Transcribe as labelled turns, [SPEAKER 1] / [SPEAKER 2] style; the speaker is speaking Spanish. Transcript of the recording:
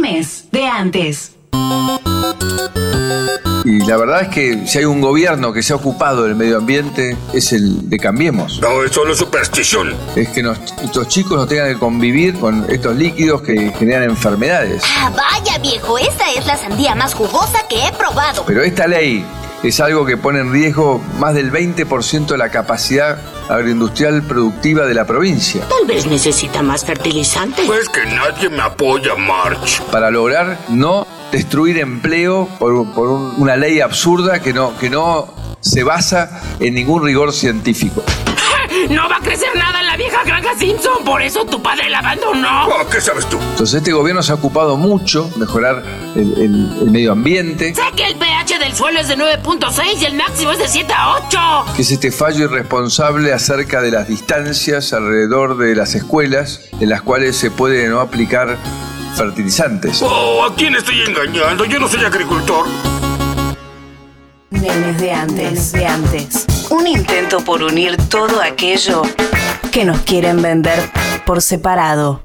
[SPEAKER 1] Memes de antes.
[SPEAKER 2] Y la verdad es que si hay un gobierno que se ha ocupado del medio ambiente, es el de Cambiemos.
[SPEAKER 3] No, es solo superstición.
[SPEAKER 2] Es que nos- estos chicos no tengan que convivir con estos líquidos que generan enfermedades.
[SPEAKER 4] Ah, vaya viejo, esta es la sandía más jugosa que he probado.
[SPEAKER 2] Pero esta ley es algo que pone en riesgo más del 20% de la capacidad agroindustrial productiva de la provincia.
[SPEAKER 5] Tal vez necesita más fertilizante.
[SPEAKER 3] Pues que nadie me apoya, March.
[SPEAKER 2] para lograr no destruir empleo por, por un- una ley absurda que no, que no se basa en ningún rigor científico.
[SPEAKER 6] No va a crecer nada en la vieja granja Simpson, por eso tu padre la abandonó.
[SPEAKER 3] Ah, ¿Qué sabes tú?
[SPEAKER 2] Entonces este gobierno se ha ocupado mucho mejorar el, el- el medio ambiente,
[SPEAKER 6] Sé que el pH del suelo es de 9.6 y el máximo es de 7 a 8.
[SPEAKER 2] que es este fallo irresponsable acerca de las distancias alrededor de las escuelas en las cuales se puede no aplicar fertilizantes.
[SPEAKER 3] Oh, ¿a quién estoy engañando? Yo no soy agricultor.
[SPEAKER 1] Memes de antes. de antes. Un intento por unir todo aquello que nos quieren vender por separado.